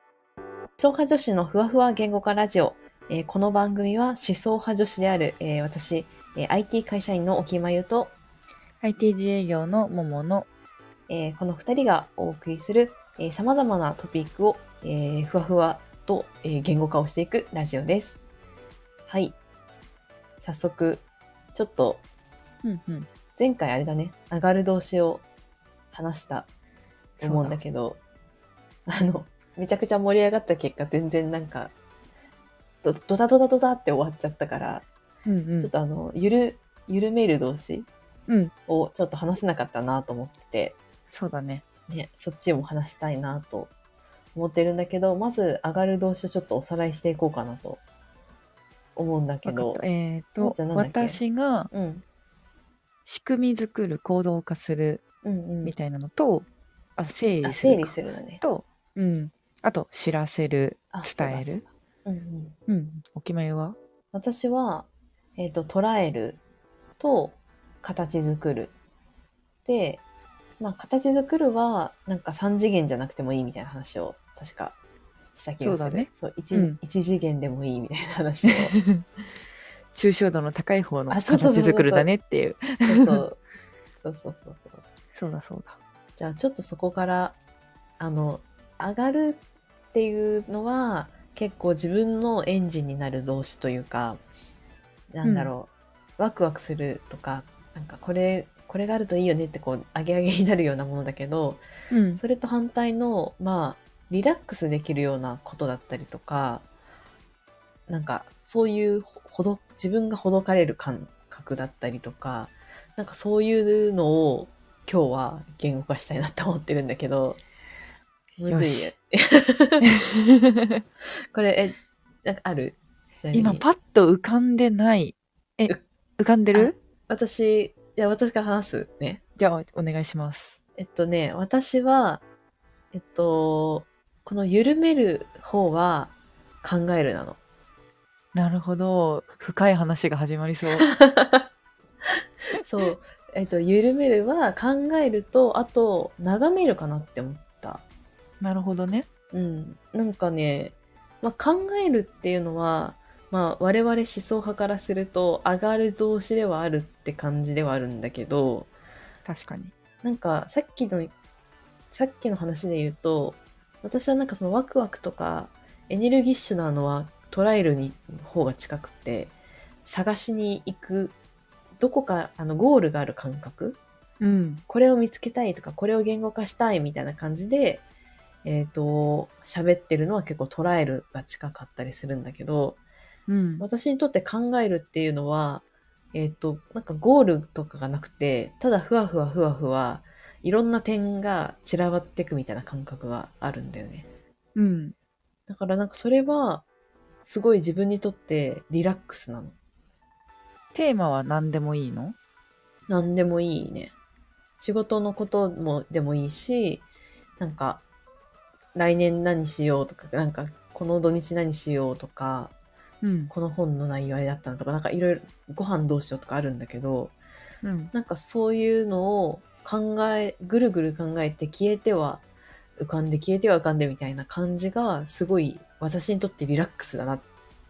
思想派女子のふわふわ言語化ラジオ。えーこの番組は思想派女子である、えー私、えー IT 会社員の沖まゆと、 IT 自営業の桃のえーこの2人がお送りするさまざまなトピックを、えーふわふわと、えー言語化をしていくラジオです。はい。早速、ちょっとうんうん前回あれだね、上がる動詞を話したと思うんだけど、あの、めちゃくちゃ盛り上がった結果、全然なんか、ドドタドタドタって終わっちゃったから、うんうんちょっとあの、ゆる、緩める動詞うんをちょっと話せなかったなと思ってて、そうだねね、そっちも話したいなと思ってるんだけど、まず上がる動詞をちょっとおさらいしていこうかなと思うんだけ分かっどた。えっ、もうとじゃあなんだっけ私がうん。仕組み作る行動化するうんうんみ。たいなのと、あ整あ理す整る理かするのね。と、うん、あと知らせるあそうだ伝えるそうだうんうん。うんお決まりは私は、えっ、と、捉えると、形作る。で、まあ、形作るは、なんか3次元じゃなくてもいいみたいな話を、確か、した気がする。そうだね。そう、一うん一次元でもいいみたいな 話を。抽象度の高い方のあそうそうそうそう形作るだねっていうそうそう。そうそうそうそう。そうだそうだじゃあちょっとそこからあの上がるっていうのは結構自分のエンジンになる動詞というかなんだろう、ワクワクするとかなんかこれこれがあるといいよねってこう上げ上げになるようなものだけどうんそれと反対のまあリラックスできるようなことだったりとかなんかそういうほほど自分がほどかれる感覚だったりとかなんかそういうのを今日は言語化したいなと思ってるんだけどむずいね これえなんかあるちなみに今パッと浮かんでないえう浮かんでる私いや私から話すねじゃあお願いしますえっとね、私は、えっと、この緩める方は考えるなの。なるほど深い話が始まり そうそう。えっと、緩めるは考えると、あと、眺めるかなって思った。なるほどね。うん。なんかね、まあ、考えるっていうのは、まあ、我々思想派からすると、上がる増資ではあるって感じではあるんだけど、確かに。なんかさっきのさっきの話で言うと私はなんかそのワクワクとかエネルギッシュなのはトライルに方が近くて探しに行くどこかあのゴールがある感覚うん。これを見つけたいとかこれを言語化したいみたいな感じでえっ、と喋ってるのは結構トライルが近かったりするんだけどうん。私にとって考えるっていうのは、えっ、と、なんかゴールとかがなくて、ただふわふわふわふわ、いろんな点が散らばってくみたいな感覚があるんだよね。うん。だからなんかそれは、すごい自分にとってリラックスなの。テーマは何でもいいの何でもいいね。仕事のこともでもいいし、なんか、来年何しようとか、なんか、この土日何しようとか、うん。この本の内容あれだったのとか、なんかいろいろご飯どうしようとかあるんだけど、うん。なんかそういうのを考え、ぐるぐる考えて消えては浮かんで消えては浮かんでみたいな感じがすごい私にとってリラックスだなっ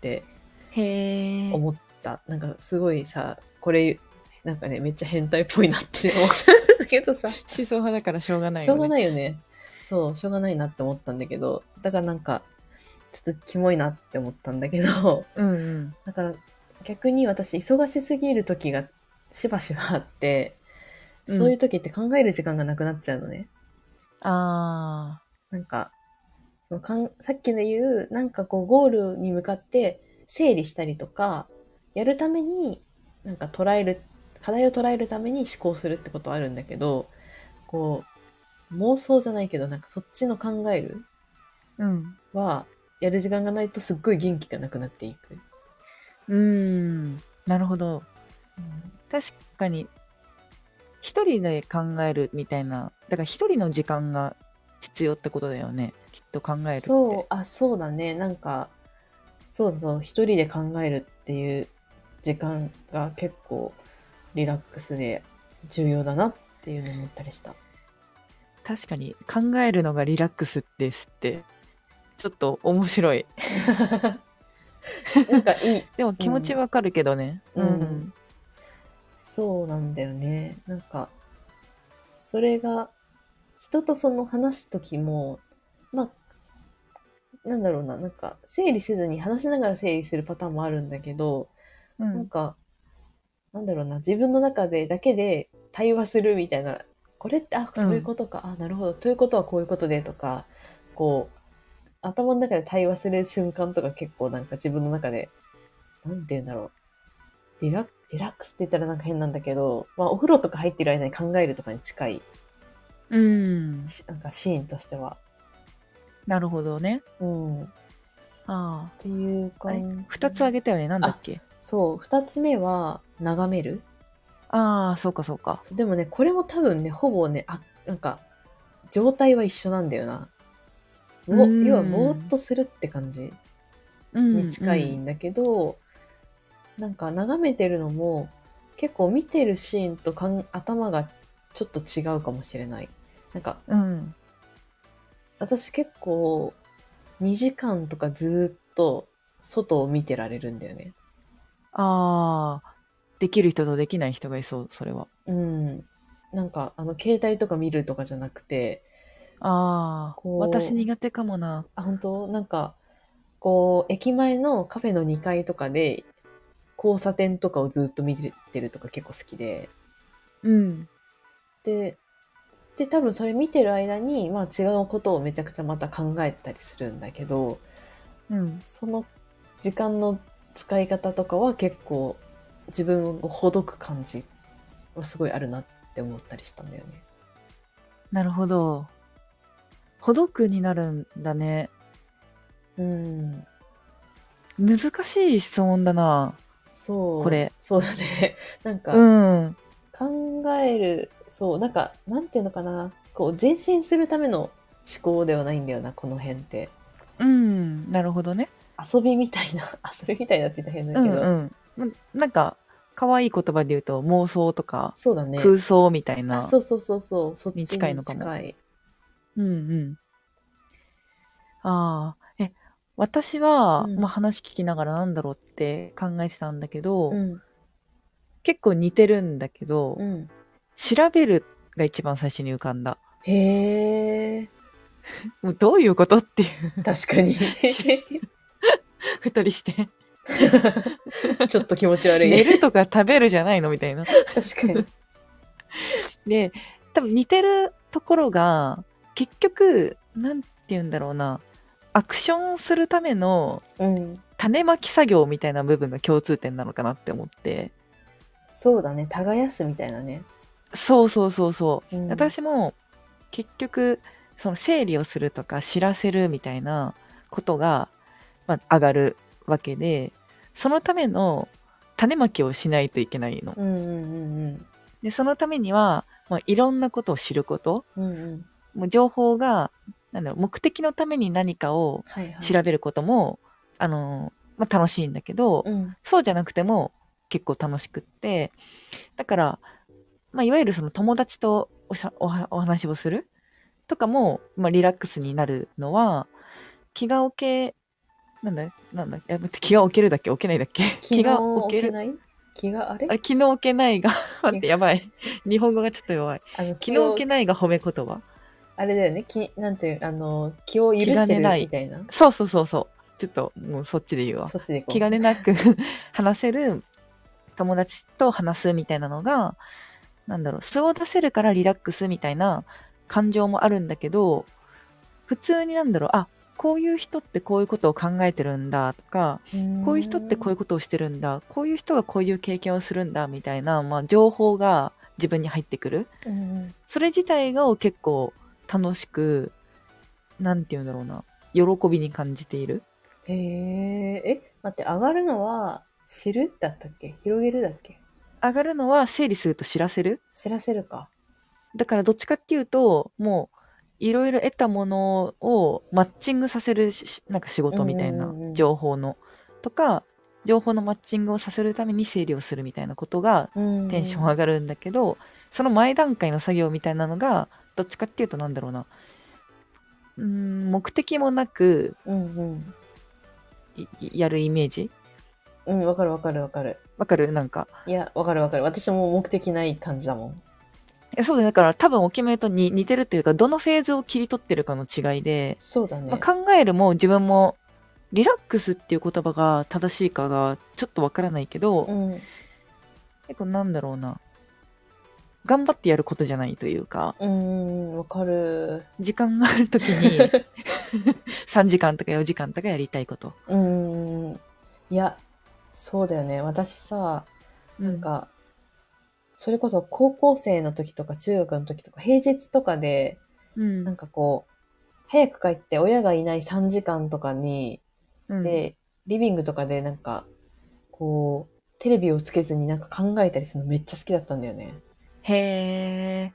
てへえ。思った。なんかすごいさ、これ、なんかね、めっちゃ変態っぽいなって思ったんだけどさ、思想派だからしょうがないしょうがい。ないよね。そう、しょうがないなって思ったんだけど、だからなんか、ちょっとキモいなって思ったんだけど、うんうん。だから逆に私忙しすぎる時がしばしばあって、うんそういう時って考える時間がなくなっちゃうのね。あなんか、そのかんさっきの言う、なんかこうゴールに向かって整理したりとか、やるために、なんか捉える、課題を捉えるために思考するってことはあるんだけど、こう、妄想じゃないけど、なんかそっちの考えるあ。うん。は、やる時間がないとすっごい元気がなくなっていく。うん。なるほど。確かに、一人で考えるみたいな、だから一人の時間が必要ってことだよね。きっと考えるって。そうあそうだねなんかそうそう一人で考えるっていう時間が結構リラックスで重要だなっていうのを思ったりした確かに、考えるのがリラックスですって、ちょっと面白いなんかい い。でも気持ちわかるけどねうんうんそうなんだよね。なんか、それが、人とその話すときも、まあ、なんだろうな、なんか、整理せずに話しながら整理するパターンもあるんだけど、うなんんか、なんだろうな、自分の中でだけで対話するみたいな、これって、あ、うんそういうことか、あ、なるほど、ということはこういうことでとか、こう、頭の中で対話する瞬間とか結構なんか自分の中で、なんて言うんだろう、リラックリラックスって言ったらなんか変なんだけど、まあお風呂とか入ってる間に考えるとかに近い、うん、しなんかシーンとしては。なるほどねうん。っあていうああれ感じ。 2つ挙げたよねなんだっけそう、二つ目は、眺める。ああそうかそうかそうでもねこれも多分ねほぼねあなんか状態は一緒なんだよなぼうん要はぼーっとするって感じうんに近いんだけど、なんか眺めてるのも結構見てるシーンとかん頭がちょっと違うかもしれないなんかうん私結構2時間とかずーっと外を見てられるんだよねああできる人とできない人がいそうそれはうんなんかあの携帯とか見るとかじゃなくてああこう私苦手かもなあ本当なんかこう駅前のカフェの2階とかで交差点とかをずっと見てるとか結構好きでうんでで多分それ見てる間に、まあ、違うことをめちゃくちゃまた考えたりするんだけどうんその時間の使い方とかは結構自分をほどく感じはすごいあるなって思ったりしたんだよね。なるほどほどくになるんだねうん難しい質問だなそうこれそうだねなんか、うん考えるそうなんかなんていうのかなこう前進するための思考ではないんだよなこの辺ってうんなるほどね遊びみたいな 遊びみたいなって言ったら変だうけんど、うんまなんか可愛い言葉で言うと妄想とかそうだね空想みたいなあそうそうそうそうそっちにに近いのかも近いうんうん。ああ、え、私は、うんまあ話聞きながらなんだろうって考えてたんだけど、うん結構似てるんだけど、うん調べるが一番最初に浮かんだ。へえもうどういうことってい確う、 かに二人して。ちょっと気持ち悪い寝るとか食べるじゃないのみたいな。確かにで、多分似てるところが、結局、なんて言うんだろうな、アクションをするためのうん種まき作業みたいな部分が共通点なのかなって思って。そうだね耕すみたいなね、そうそうそうそう。うん、私も結局その整理をするとか知らせるみたいなことが、まあ、上がるわけでそのための種まきをしないといけないの。うんうんうんでそのためには、まあ、いろんなことを知ることうんうんうんもう情報がなんだろう目的のために何かをはいはい調べることも、あのまあ、楽しいんだけど、うんそうじゃなくても結構楽しくってだから、まあ、いわゆるその友達とおしゃおはお話をするとかも、まあ、リラックスになるのは気が置けなんだなんだやめて気が置けるだっけ置けないだっけ気が置置けない気があれあれ気の置けないが 待ってやばい日本語がちょっと弱いあの気気のを置けないが褒め言葉あれだよね気なんていうあの気を許し気て兼ねるないみたいなそうそうそうそうちょっともうそっちで言うわそっちでこう気兼ねなく 話せる友達と話すみたいなのがなんだろう素を出せるからリラックスみたいな感情もあるんだけど普通になんだろうあこういう人ってこういうことを考えてるんだとかこういう人ってこういうことをしてるんだこういう人がこういう経験をするんだみたいな、まあ、情報が自分に入ってくるうんうんそれ自体が結構楽しくなんて言うんだろうな喜びに感じているへええ待って上がるのは知るだったっけ広げるだっけ上がるのは整理すると知らせる知らせるかだからどっちかっていうともういろいろ得たものをマッチングさせるしなんか仕事みたいうんなうんうん情報のとか情報のマッチングをさせるために整理をするみたいなことがうんテンション上がるんだけど、その前段階の作業みたいなのがどっちかっていうとなんだろうなうん目的もなくうんうん。いやるイメージうん、わかるわかるわかる。わかるなんかいや、わかるわかる。私も目的ない感じだもん。えそうだよだから多分お決めとに似てるというかどのフェーズを切り取ってるかの違いで、そうだね。まあ、考えるも自分もリラックスっていう言葉が正しいかがちょっとわからないけど、うん。結構なんだろうな頑張ってやることじゃないというかうん、わかる。時間がある時 に3時間とか4時間とかやりたいこと。うん。いや、そうだよね。私さ、ななんか、それこそ高校生の時とか中学の時とか平日とかで、うんなんかこう、早く帰って親がいない3時間とかに、うんで、リビングとかでなんか、こう、テレビをつけずになんか考えたりするのめっちゃ好きだったんだよね。へえ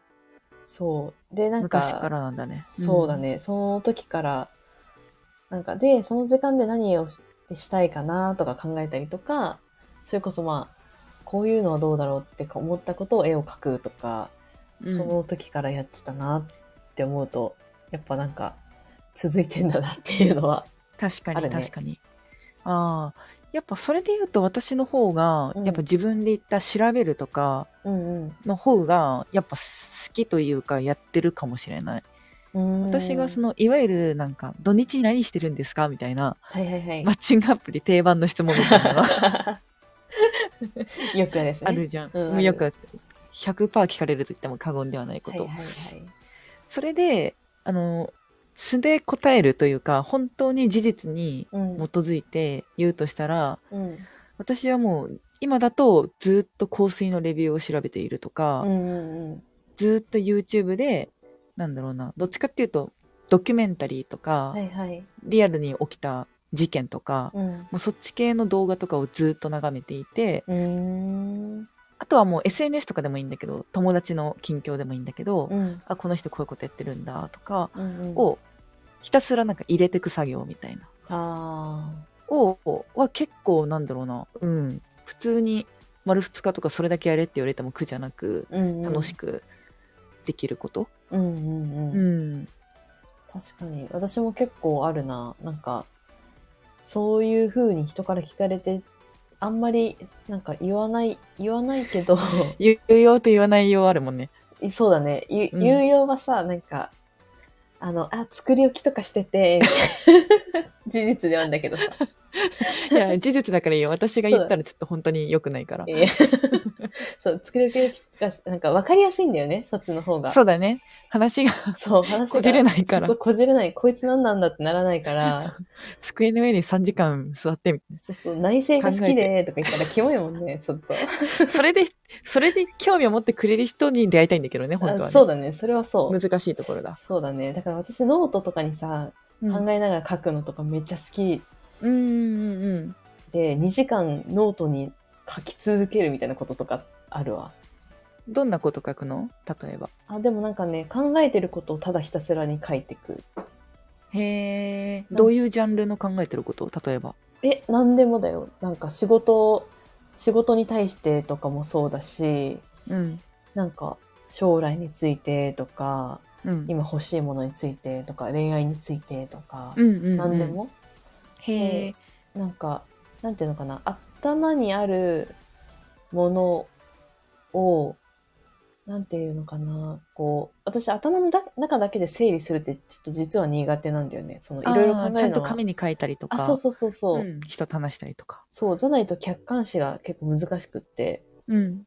そう。で、なんか、昔からなんだね。そうだね、その時から、なんかで、その時間で何をししたいかなとか考えたりとか、それこそまあ、こういうのはどうだろうって思ったことを絵を描くとか、うんその時からやってたなって思うと、やっぱなんか、続いてんだなっていうのは。確かあるにね確かに。ああやっぱそれで言うと私の方が、うんやっぱ自分で言った調べるとかうんの方がやっぱ好きというかやってるかもしれない。うん。私がその、のいわゆるなんか土日に何してるんですかみたいなはいはいはい。マ ッチングアプリ定番の質問みたいなの よ くあるですね。 あるじゃん。うんもうよく100%聞かれると言っても過言ではないこはいと。はいはい。それであの素で答えるというか本当に事実にうん基。づいて言うとしたらうん。私はもう今だとずっと香水のレビューを調べているとか、うんうんうん。ずっと YouTube でなんだろうなどっちかっていうとドキュメンタリーとか、はいはい。リアルに起きた事件とか、うん。もうそっち系の動画とかをずっと眺めていてうーん。あとはもう SNS とかでもいいんだけど友達の近況でもいいんだけど、うん。あこの人こういうことやってるんだとかうんうんをひたすらなんか入れてく作業みたいなあをは結構なんだろうなうん普通に丸2日とかそれだけやれって言われても苦じゃなくあ、うんうん楽しくできること、うんうんうん、ん、確かに私も結構あるななんかそういう風に人から聞かれてあんまりなんか言わない言わないけ ど言うようと言わないようあるもんねそうだねゆうん有用はさ、なんかあのあ作り置きとかして てみたいな事実ではあるんだけどさいや事実だからいいよ私が言ったらちょっと本当に良くないからいや そう作り置きとかなんか分かりやすいんだよねそっちの方がそうだね話がそう話がこじれないからそうそうこじれないこいつ何なんだってならないから机の上に3時間座ってみたいそうそう、内政が好きでとか言ったらキモいもんね、ち ょっと。なそれでそれで興味を持ってくれる人に出会いたいんだけどね本当はね、あそうだね、それはそう。難しいところだ、そうだね。だから私ノートとかにさ、考えながら書くのとかめっちゃ好きうんうんうんで、2時間ノートに書き続けるみたいなこととかあるわ。どんなこと書くの例えばあ、でもなんかね、考えてることをただひたすらに書いてく。へえどういうジャンルの考えてること例えばえ、なんでもだよ。なんか仕事、仕事に対してとかもそうだし、うんなんか将来についてとか、うん今欲しいものについてとか、恋愛についてとか、うんうんうん、何でもへえなんか、なんていうのかな、頭にあるものを、なんていうのかな、こう、私頭のだ中だけで整理するって、ちょっと実は苦手なんだよね。その、いろいろ考えるのはちゃんと紙に書いたりとかあ、そうそうそうそう。うん人と話したりとかそう、じゃないと客観視が結構難しくって。うん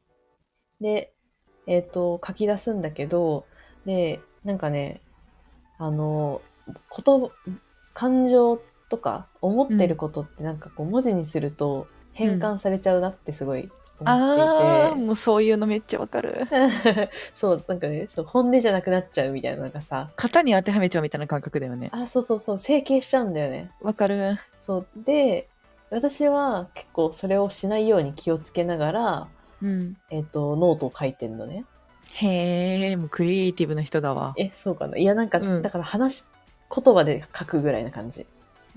で、えっ、と、書き出すんだけど、で、なんかね、あの、こと、感情とか、思ってることってなんかこう文字にすると変換されちゃうなってすごいああ思もうそういうのめっちゃわかるっていて、 そう、なんかね、そう、本音じゃなくなっちゃうみたいな、なんかさ、型に当てはめちゃうみたいな感覚だよねあ、そうそうそう、整形しちゃうんだよね。わかるそう、で、私は結構それをしないように気をつけながら、うんえっ、と、ノートを書いてんのね。へえもうクリエイティブな人だわえ、そうかな。いや、なんか、うんだから話し、言葉で書くぐらいな感じ。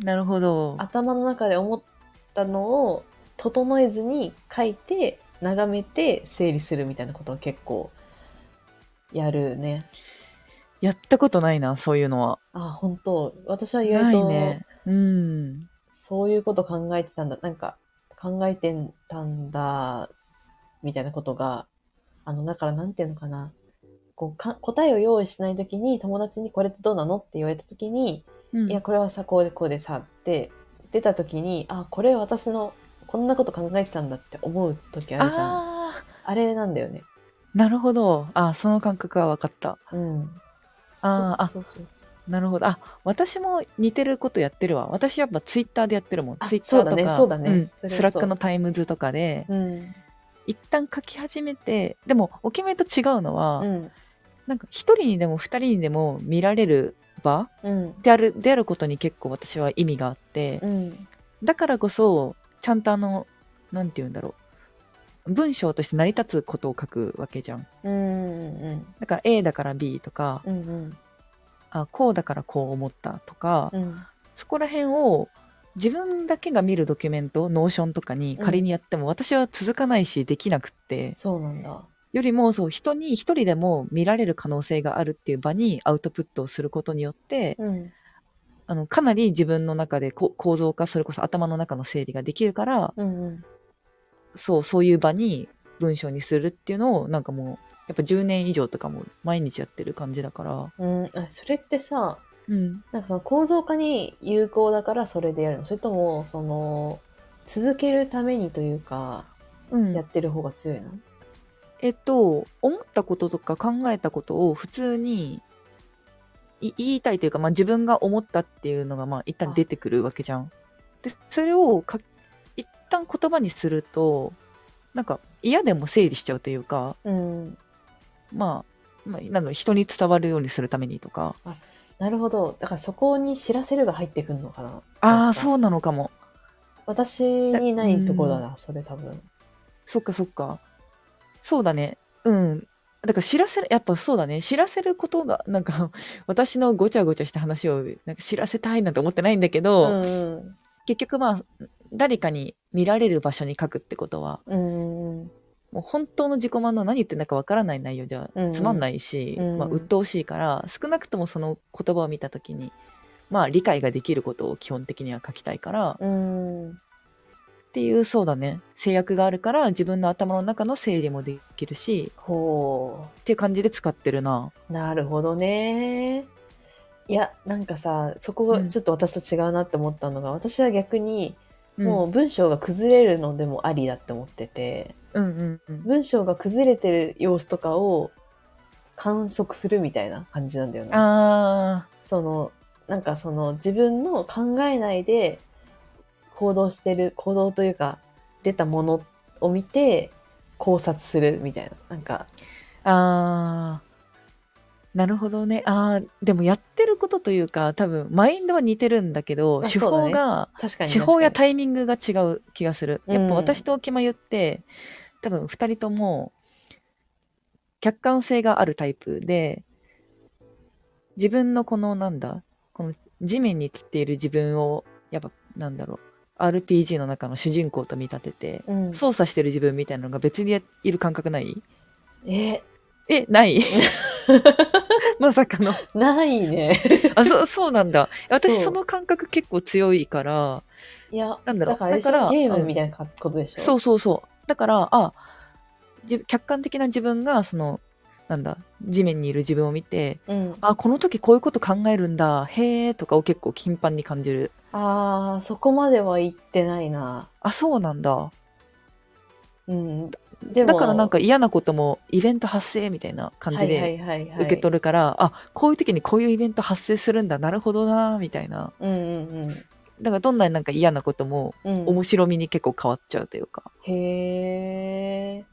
なるほど頭の中で思ったのを整えずに書いて、眺めて整理するみたいなことを結構やるね。やったことないな、そういうのは。あ、本当私は意な外いと、ね。うん。そういうこと考えてたんだ、なんか、考えてたんだ、みたいなことが、あの、だからなんていうのかな。こうか答えを用意しないときに友達にこれってどうなのって言われたときに、うんいや、これはさ、こうでこうでさって出たときに、あ、これ私のこんなこと考えてたんだって思うときあるじゃん。あああ、れなんだよね。なるほど。あその感覚は分かった。うん。あーそうそうそうそう。なるほど。あ、私も似てることやってるわ。私やっぱツイッターでやってるもん。あツイッターそうとか、だねそうだねんそれはそうスラックのタイムズとかで、うん。一旦書き始めて、でも、お決めと違うのは、うん。なんか一人にでも二人にでも見られる場うん。である、であることに結構私は意味があって、うん。だからこそ、ちゃんとあの、なんて言うんだろう。文章として成り立つことを書くわけじゃん。うん。うん。だから A だから B とか、うん。うん。あこうだからこう思ったとか、うん。そこら辺を自分だけが見るドキュメント、ノーションとかに仮にやっても私は続かないしできなくって、そうなんだ。よりもそう人に一人でも見られる可能性があるっていう場にアウトプットをすることによって、うん。あのかなり自分の中でこ構造化、それこそ頭の中の整理ができるから、うん。うん。そう、そういう場に文章にするっていうのをなんかもう、やっぱ10年以上とかも毎日やってる感じだから、うん、あそれってさうん。なんかその構造化に有効だからそれでやるのそれともその続けるためにというかうんやってる方が強いの、えっと、思ったこととか考えたことを普通にい言いたいというか、まあ、自分が思ったっていうのが、まあ、一旦出てくるわけじゃん。で、それをか一旦言葉にすると、なんか嫌でも整理しちゃうというか、うん、まあ、まあ、なんだろう人に伝わるようにするためにとか。なるほどだからそこに知らせるが入ってくるのかなああ、うそうなのかも。私にないところだなそれ多分そっかそっか。そうだね。うん。だから知らせる、やっぱそうだね。知らせることが、 なんか、私のごちゃごちゃした話を、なんか知らせたいなんて思ってないんだけうど、ん結局まあ、誰かに見られる場所に書くってことは、うんうんもう本当の自己満の何言ってんだかわからない内容じゃうんうんつまんないし、うんまあ、鬱陶しいから、少なくともその言葉を見たときに、まあ、理解ができることを基本的には書きたいから、うんっていう、そうだね。制約があるから、自分の頭の中の整理もできるし、ほっていう感じで使ってるな。うなるほどねいやなんかさそこうがんちょっと私と違うなって思ったのが、私は逆にももう文章が崩れるのでもありだって思ってて、うん、うんうん文章が崩れてる様子とかを観測するみたいな感じなんだよな。あその、なんかその自分の考えないで行動してる、行動というか出たものを見て考察するみたいな。なんか、あ、ああ。なるほどね。ああ、でもやってることというか、多分、マインドは似てるんだけど、あ手そうだ法ねが、確かに確かに。手法やタイミングが違う気がする。やっうんぱ私ときまゆって、多分二人とも、客観性があるタイプで、自分のこのなんだ、この地面につっている自分を、やっぱなんだろう、RPG の中の主人公と見立てて、うん、操作してる自分みたいなのが別にいる感覚ないえ、え、ない まさかの。ない ね。あ、そう、そうなんだ。そう私その感覚結構強いから、いや、なんだろうからあれでしょだからゲームみたいなことでしょ。そうそうそう。だから、あ、じ客観的な自分が、その、なんだ、地面にいる自分を見て、うん。あ、この時こういうこと考えるんだ、へーとかを結構頻繁に感じる。ああ、そこまでは言ってないな。あ、そうなんだ。うん、でもだからなんか嫌なこともイベント発生みたいな感じで、はいはいはいはい、受け取るから、あこういう時にこういうイベント発生するんだなるほどなみたいなる。うんうんだからどんなになんか嫌なこともうん。うん、面白みに結構変わっちゃうというか、へえ。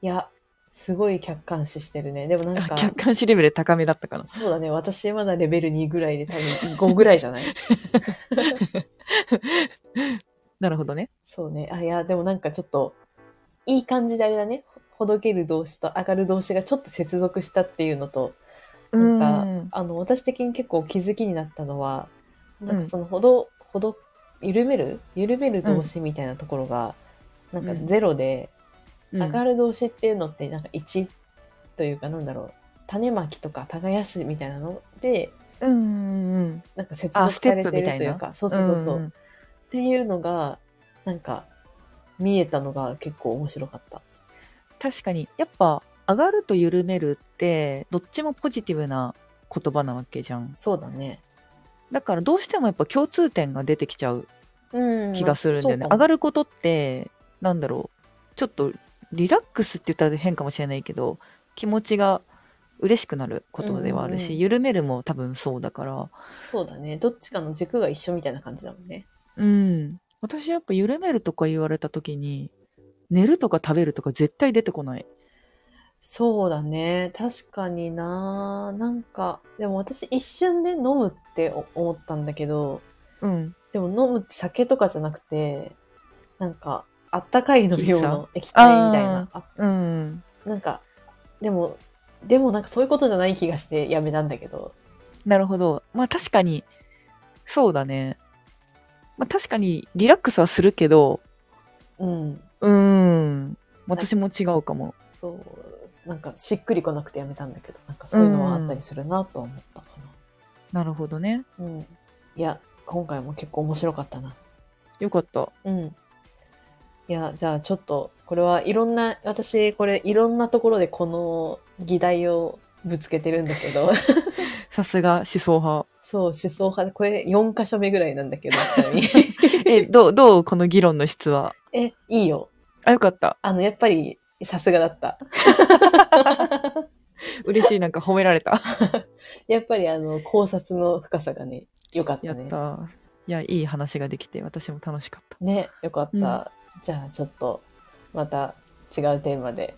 いや、すごい客観視してるね。でもなんあか、 客観視レベル高めだったかなそうだね。私まだレベル2ぐらいで多分5ぐらいじゃ ないなるほどねそうね。あ、いや、でもなんかちょっと、いい感じであれだね。ほどける動詞と上がる動詞がちょっと接続したっていうのと、なんか、うんあの、私的に結構気づきになったのは、なんうかんそのほど、ほど、緩める緩める動詞みたいなところが、なんうかんゼロで、上がるる動詞っていうのってなんか1というかなんだろう種まきとか耕すみたいなのでうんうんうんなんか接あ続ステさッれプてみたるいというなかそうそうそうそう、んっんていうのがなんか見えたのが結構面白かった。確かにやっぱ上がると緩めるってどっちもポジティブな言葉なわけじゃんそうだね。だからどうしてもやっぱ共通点が出てきちゃううん気がするんだよね、まあ上がることってなんだろうちょっとリラックスって言ったら変かもしれないけど気持ちが嬉しくなることではあるうし、んうんうん緩めるも多分そうだからそうだね。どっちかの軸が一緒みたいな感じだもんね。うん私やっぱ緩めるとか言われた時に寝るとか食べるとか絶対出てこないそうだね。確かにな。なんか、でも私一瞬で飲むってお思ったんだけど、うんでも飲むって酒とかじゃなくて、なんか、あったかい飲み喫用茶の液体みたいな。あうんなんか、でも、でもなんかそういうことじゃない気がしてやめたんだけど。なるほどまあ確かにそうだねまあ確かにリラックスはするけどうん。うん私も違うかもそう。なんかしっくりこなくてやめたんだけど、なんかそういうのはあったりするなとは思ったかなるほどねな。うん。いや、今回も結構面白かったな。よかったうん。いや、じゃあちょっと、これはいろんな、私、これいろんなところでこの議題をぶつけてるんだけど、さすが思想派。そう、思想派で、これ4箇所目ぐらいなんだけど、 ちなみに。え、どう、どうこの議論の質は。え、いいよ。あ、よかった。あの、やっぱり、さすがだった。嬉しい、なんか褒められ た。やっぱり、あの、考察の深さがね、良かったやっね。た。いや、いい話ができて、私も楽しかった。ね、良かった。じゃあ、ちょっと、また違うテーマで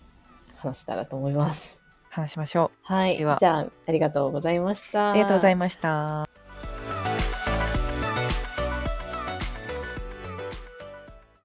話せたらと思います。話しましょはい。ではじゃあ、ありがとうございました。う。ありがとうございました。